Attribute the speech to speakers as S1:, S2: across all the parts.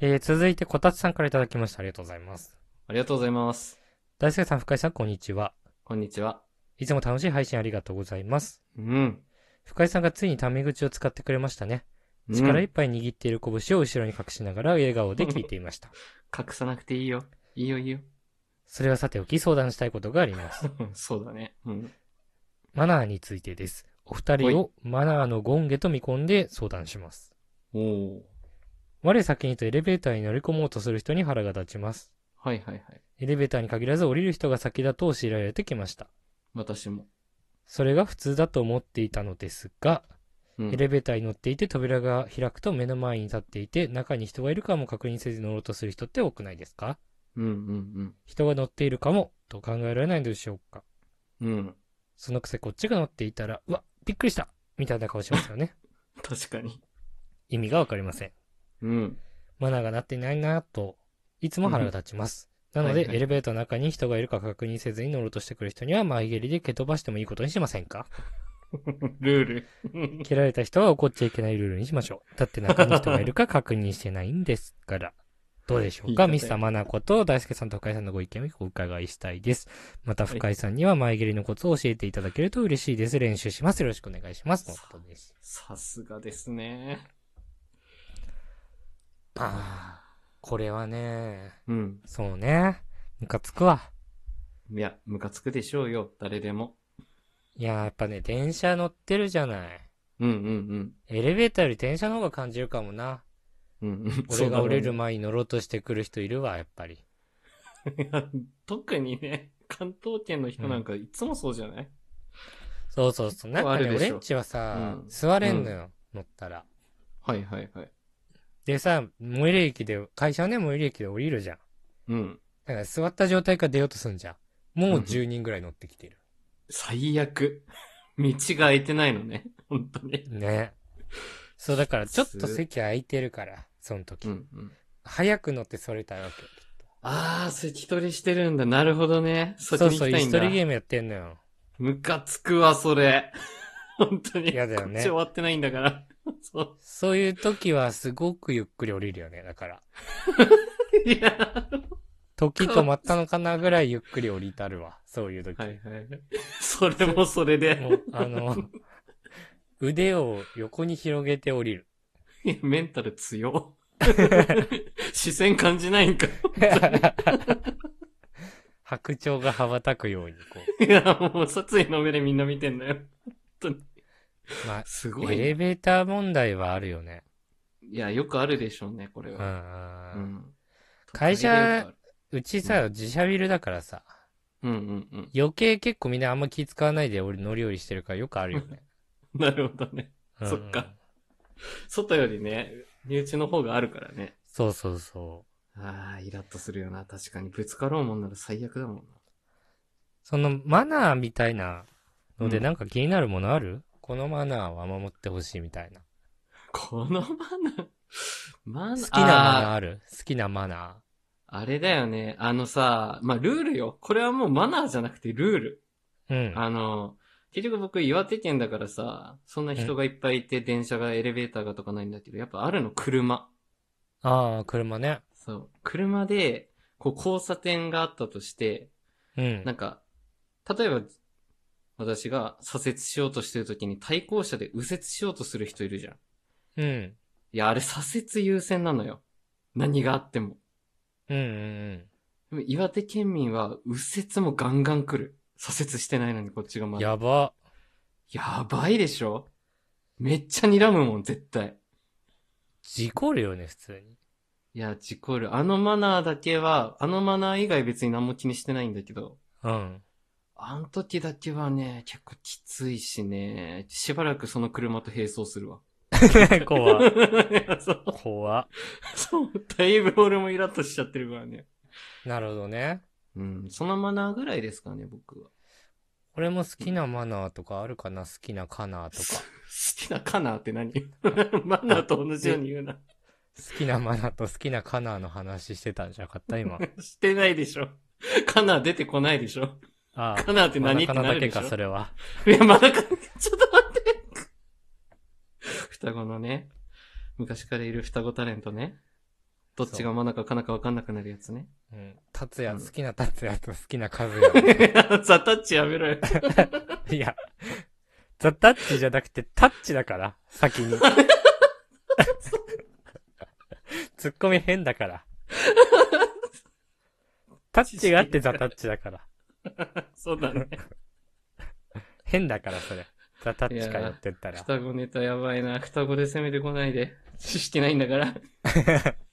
S1: えー、続いてこたつさんからいただきました。ありがとうございます。
S2: ありがとうございます。
S1: 大輔さん、深井さん、こんにちは。
S2: こんにちは。
S1: いつも楽しい配信ありがとうございます。
S2: うん。
S1: 深井さんがついにタメ口を使ってくれましたね。力いっぱい握っている拳を後ろに隠しながら笑顔で聞いていました。
S2: 隠さなくていいよ。いいよいいよ。
S1: それはさておき相談したいことがあります。
S2: そうだね。うん。
S1: マナーについてです。お二人をマナーの権下と見込んで相談します。
S2: おお。
S1: 我先にとエレベーターに乗り込もうとする人に腹が立ちます。
S2: はいはいはい。
S1: エレベーターに限らず降りる人が先だと教えられてきました。
S2: 私も。
S1: それが普通だと思っていたのですが、
S2: うん
S1: エレベーターに乗っていて扉が開くと目の前に立っていて中に人がいるかも確認せず乗ろうとする人って多くないですか
S2: うんうん
S1: 人が乗っているかもと考えられないのでしょうか
S2: うん。うん。
S1: そのくせこっちが乗っていたら、うわ、びっくりしたみたいな顔します よね。
S2: 確かに。
S1: 意味がわかりません。
S2: うん。
S1: マナーがなっていないなぁと、いつも腹が立ちます。なので、
S2: はいはい
S1: エレベーターの中に人がいるか確認せずに乗ろうとしてくる人には前蹴りで蹴飛ばしてもいいことにしませんか
S2: ルール。
S1: 蹴られた人は怒っちゃいけないルールにしましょう。だって中に人がいるか 確認してないんですから。どうでしょうか
S2: いい方や
S1: ミスターマナーこと大輔さんと深井さんのご意見をお伺いしたいです。また深井さんには前蹴りのコツを教えていただけると嬉しいです。練習します。よろしくお願いします。とのことです。
S2: さすがですね。
S1: ああ、これはね、
S2: うん。
S1: そうね、ムカつくわ。
S2: いや、ムカつくでしょうよ。誰でも。
S1: いやー、やっぱね、電車乗ってるじゃない。
S2: うんうん
S1: エレベーターより電車の方が感じるかもな。
S2: うん。うんうん。
S1: 俺が降りる
S2: も
S1: 前に乗ろうとしてくる人いるわ、やっぱり。
S2: 特にね、関東圏の人なんかいつもそうじゃない
S1: そうそうそう。なん
S2: 結構
S1: かね、
S2: あるでし
S1: 俺
S2: ょ
S1: んちはさ、
S2: うん
S1: 座れんのよ、乗ったら。
S2: はいはいはい。
S1: でさ、最寄り駅で、会社はね、最寄り駅で降りるじゃん。
S2: うん。
S1: だから座った状態から出ようとすんじゃん。もう10人ぐらい乗ってきてる。
S2: 最悪。 道が空いてないのね。 本当に。
S1: ね。そう、だからちょっと
S2: す
S1: 席空いてるから、その
S2: う
S1: 時。
S2: んうん。
S1: 早く乗ってそれたいわけ。
S2: あー、関取してるんだ。なるほどね。そっち
S1: そう
S2: に行
S1: そう、
S2: きた
S1: 一
S2: いん
S1: 人
S2: だ。
S1: ゲームやってんのよ。
S2: ムカつくわ、それ。 本当に。
S1: 嫌だよね
S2: こっち終わってないんだから。 そう。
S1: そういう時はすごくゆっくり降りるよね、だから。
S2: いや。
S1: 時止まったのかなぐらいゆっくり降りたるわ、そういう時。
S2: はいはい。それもそ れで。
S1: もう、あの、腕を横に広げて降り る。
S2: いやメンタル強。 視線感じないんか。
S1: 白鳥が羽ばたくように、こ
S2: いや、もう殺意の目でみんな見てんだよ。
S1: う。まあ、
S2: すご
S1: エ
S2: いね、
S1: レベーター問題はあるよね。
S2: いや、よくあるでしょうね、これ
S1: う
S2: は。
S1: ん
S2: う。ん。
S1: 会社
S2: 都会でよくある
S1: うちさ、自社ビルだからさ、
S2: うんうんうん。
S1: 余計結構みんなあんま気使わないで俺乗り降りしてるからよくあるよね。
S2: なるほどね。
S1: うん
S2: そっか。外よりね、身内の方があるからね。
S1: そうそうそう。
S2: ああ、イラッとするよな。確かに。ぶつかろうもんなら最悪だもんな。
S1: そのマナーみたいなので
S2: うん
S1: なんか気になるものある、このマナーは守ってほしいみたいな。
S2: このマナー、マナ
S1: 好
S2: ー、
S1: きなマナー
S2: あー
S1: ある好きなマナ
S2: あれだよね。あのさ、まあ、ルールよ。これはもうマナーじゃなくてルール。
S1: ー。うん。
S2: あの、結局僕岩手県だからさ、そんな人がいっぱいいて、電車がエレベーターがとかないんだけど、やっぱあるの、車。
S1: ああ、車ね。
S2: そう。車で、こう交差点があったとして、
S1: うん
S2: な。んか、例えば、私が左折しようとしてる時に対向車で右折しようとする人いるじゃん。
S1: う
S2: い
S1: ん。
S2: や、あれ左折優先なのよ。何があっても。
S1: うんうんうん。
S2: でも岩手県民は右折もガンガン来る。左折してないのにこっちがまだ。
S1: やば。
S2: やばいでしょめっちゃ睨むもん、絶対。
S1: 事故るよね、普通に。
S2: いや、事故る。あのマナーだけは、あのマナー以外別に何も気にしてないんだけど、
S1: うん。
S2: あの時だけはね、結構きついしね、しばらくその車と並走するわ。
S1: 怖。
S2: そう
S1: 怖。
S2: そう、だいぶ俺もイラッとしちゃってるからね。
S1: なるほどね。
S2: うん、そのマナーぐらいですかね、僕は。
S1: 俺も好きなマナーとかあるかな好きなカナーとか。
S2: 好きなカナーって何マナーと同じように言うな。
S1: 好きなマナーと好きなカナーの話してたんじゃなかった今。
S2: してないでしょ。カナー出てこないでしょ。
S1: ああ。
S2: カナーって
S1: マナ
S2: 何って
S1: カナ
S2: な
S1: だ
S2: る
S1: け
S2: でしょ
S1: か、。それは。
S2: いや、まだか、ちょっと待って。双子のね、昔からいる双子タレントね。どっちが真ん中かなかわかんなくなるやつ ね。
S1: うん。達也、
S2: うん
S1: 好きな達也と好きな和也。
S2: ザタッチやめろよ。
S1: いや、ザ・タッチじゃなくてタッチだから、先に。ツッコミ変だから。タッチがあってザ・タッチだから。
S2: そうだね。
S1: 変だから、それ。ザ・タッチかよって言ったら。
S2: 双子ネタやばいな。双子で攻めてこないで。知識ないん だから。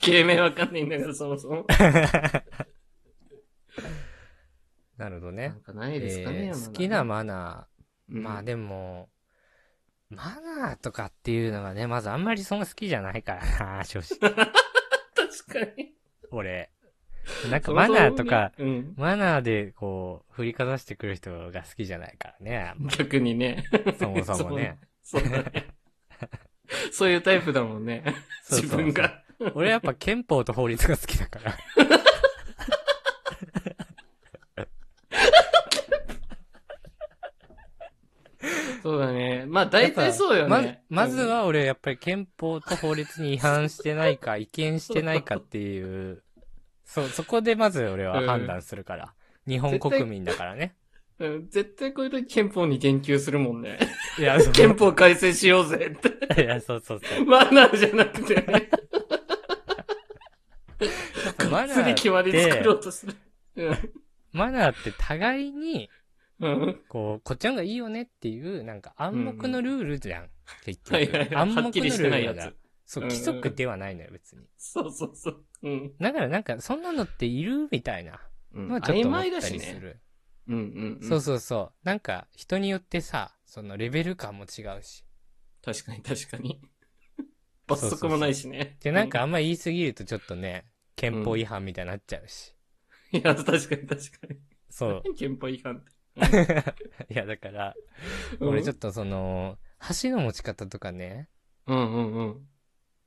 S2: 芸名わかんないんだから、そもそも。
S1: なるほど
S2: な
S1: ね
S2: ん。かないですかね、
S1: えー
S2: 世の中
S1: 好きな、マナ
S2: う
S1: ー。
S2: ん
S1: まあでも、マナーとかっていうのがね、まずあんまりそんな好きじゃないからな、正直。
S2: 確かに。
S1: 俺。なんかマナーとか、
S2: そもそもね。
S1: マナーでこう、振りかざしてくる人が好きじゃないからね。
S2: うん。逆にね。
S1: そもそも ね。
S2: そうだね。そういうタイプだもんね。
S1: そう
S2: 自
S1: そうそう
S2: 分が。
S1: 俺やっぱ憲法と法律が好きだ から。
S2: そうだね。まあ大体そうよね。
S1: ままず
S2: うん、
S1: は俺やっぱり憲法と法律に違反してないか、違憲してないかっていう、そう、そこでまず俺は判断するから。日本国民だからね。
S2: うん絶対こういう時憲法に言及するもんね。
S1: いや、そう。
S2: 憲法改正しようぜって。
S1: いや、そうそうそう。
S2: マナーじゃなくて、ね、
S1: マナ
S2: すり決ま
S1: ーっ
S2: り作ろ
S1: て、
S2: うとする。うん
S1: マナーって互いに、
S2: うん。
S1: こう、こっちの方がいいよねっていう、なんか暗黙のルールじゃん。結局。
S2: はいはいはい。
S1: 暗黙の
S2: はっ
S1: ル
S2: きりし
S1: ー
S2: て
S1: ル
S2: ないや
S1: だ
S2: つ。
S1: そう、
S2: うんうん
S1: 規則ではないのよ、別に。
S2: そうそうそう。うん。
S1: だからなんか、そんなのっているみたいな
S2: うん
S1: のはちょっ
S2: 曖
S1: と思っ
S2: 昧だ
S1: た
S2: し
S1: りす
S2: ね。
S1: る。
S2: うんうん、うん。
S1: そうそうそう。なんか、人によってさ、そのレベル感も違うし。
S2: 確かに確か
S1: そうそうそ
S2: に。
S1: う
S2: 罰則もないしね。
S1: で、なんかあんま言いすぎるとちょっとね、憲法違反みたいになっちゃうし。
S2: うん。いや、確かに確か
S1: そう。
S2: に。憲法違反って。
S1: いや、だから、俺ちょっ
S2: と。
S1: とその、箸の持ち方とかね、
S2: うんうんうん。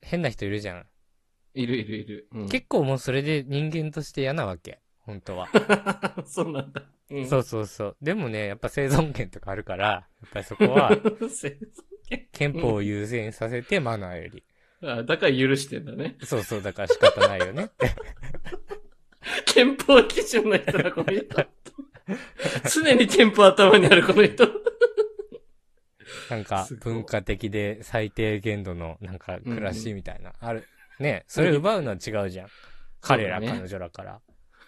S1: 変な人いるじゃん。
S2: いるいるいる。うん、
S1: 結構もうそれで人間として嫌なわけ。本当は。
S2: そうなんだ。うん
S1: そうそうそう。でもね、やっぱ生存権とかあるから、やっぱりそこ は
S2: せ
S1: 憲法を優先させてマナーより。
S2: あだから許してんだね。
S1: そうそう、だから仕方ないよねって。
S2: 憲法基準の人だ、この 人。常に憲法頭にある、この人。
S1: なんか
S2: すごい
S1: 文化的で最低限度のなんか暮らしみたいな。ある。ね、それ奪うのは違うじゃん。彼ら、
S2: そうだね
S1: 彼女らから。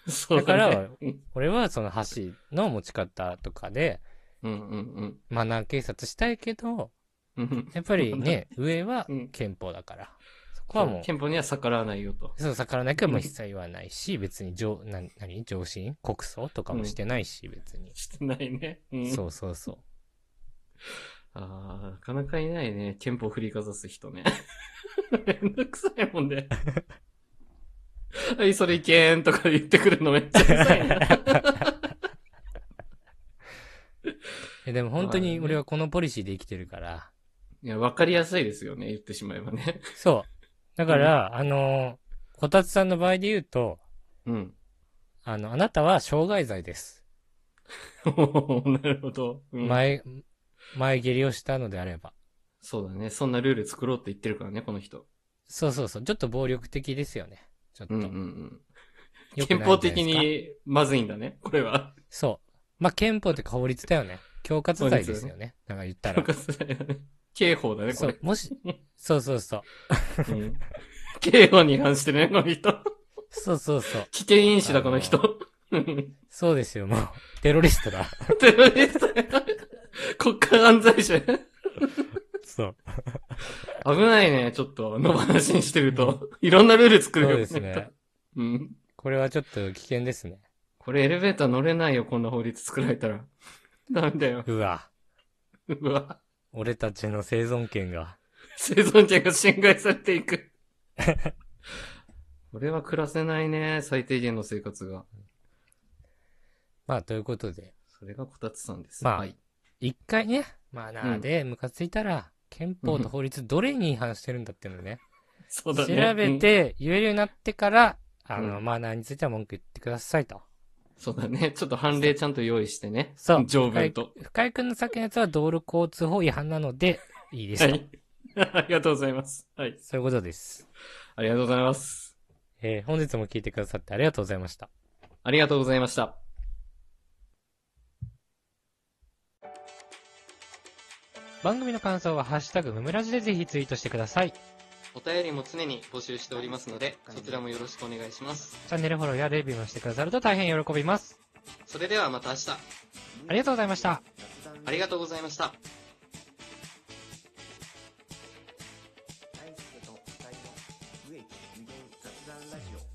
S2: そう
S1: だ
S2: だ、
S1: から
S2: ね。うん
S1: 俺はその箸の持ち方とかで、
S2: うんうん
S1: マナー警察したいけど、
S2: うんうん。
S1: やっぱりね、上は
S2: うん
S1: 憲法だから。そこ
S2: そ
S1: はも
S2: う
S1: う、
S2: 憲法には逆らわないよと。
S1: そう、逆らわなきゃもう一切言わないし、別に上、な、何上申国葬とかもしてないし、別に。
S2: してないね。うん、
S1: そうそうそう。
S2: ああ、なかなかいないね。憲法振りかざす人ね。 めんどくさいもんね。 はい、それいけーんとか言ってくるのめっちゃうる さいな。
S1: えでも本当に俺はこのポリシーで生きてるから。
S2: いや、わかりやすいですよね。言ってしまえばね。
S1: そう。だから、あのー、こたつさんの場合で言うと、
S2: うん。
S1: あの、あなたは傷害罪です。
S2: おーなるほど。うん
S1: 前、前蹴りをしたのであれば。
S2: そうだね。そんなルール作ろうって言ってるからね、この人。
S1: そうそうそう。ちょっと暴力的ですよね。ちょっと。
S2: うんうんうん。
S1: 良くないんじゃないです
S2: 憲
S1: か
S2: 法的。にまずいんだね、これは。
S1: そう。まあ、憲法というか法律だよね。恐喝罪ですよね。だから言ったら。
S2: 刑法だね、こ
S1: そ
S2: れ
S1: う。、もし、そうそうそう。
S2: うん刑法に違反してるね、この人。
S1: そうそうそう。
S2: 危険因子
S1: あ
S2: だ、
S1: の
S2: この人。うん
S1: そうですよ、もう。テロリストだ。
S2: テロリストや 国家犯罪者。
S1: そう。
S2: 危ないね、ちょっと、野放しにしてると。いろんなルール作る
S1: そ
S2: よ
S1: うですね。。
S2: うん。
S1: これはちょっと危険ですね。
S2: これエレベーター乗れないよ、こんな法律作られたら。ダメだよ。
S1: うわ。
S2: うわ。
S1: 俺たちの生存権が。
S2: 生存権が侵害されて いく。これは暮らせないね、最低限の生活が。
S1: まあ、ということで、
S2: それがこたつさんです。
S1: まあ
S2: はい。
S1: 一回ね、マナーでムカついたら、憲法と法律どれに違反してるんだっていうのね、
S2: そう
S1: 調
S2: だね。
S1: べ
S2: うん、
S1: て言えるようになってから、あの、
S2: う
S1: マナーについては文句言ってくださいと。
S2: そうだね。ちょっと判例ちゃんと用意してね。
S1: そう
S2: 条文と。
S1: 深井くんの先のやつは道路交通法違反なので、いいです
S2: は
S1: と。
S2: い。ありがとうございます。はい。
S1: そういうことです。
S2: ありがとうございます。
S1: えー本日も聞いてくださってありがとうございました。
S2: ありがとうございました。
S1: 番組の感想はハッシュタグムムラジでぜひツイートしてください。チ
S2: お便りも常に募集しておりますので、そちらもよろしくお願いします。
S1: ャンネルフォローやレビューもしてくださると大変喜びます。
S2: それではまた明日、
S1: ありがとうございました。
S2: ありがとうございました。
S3: 大輔と二人の無益無限雑談ラジオ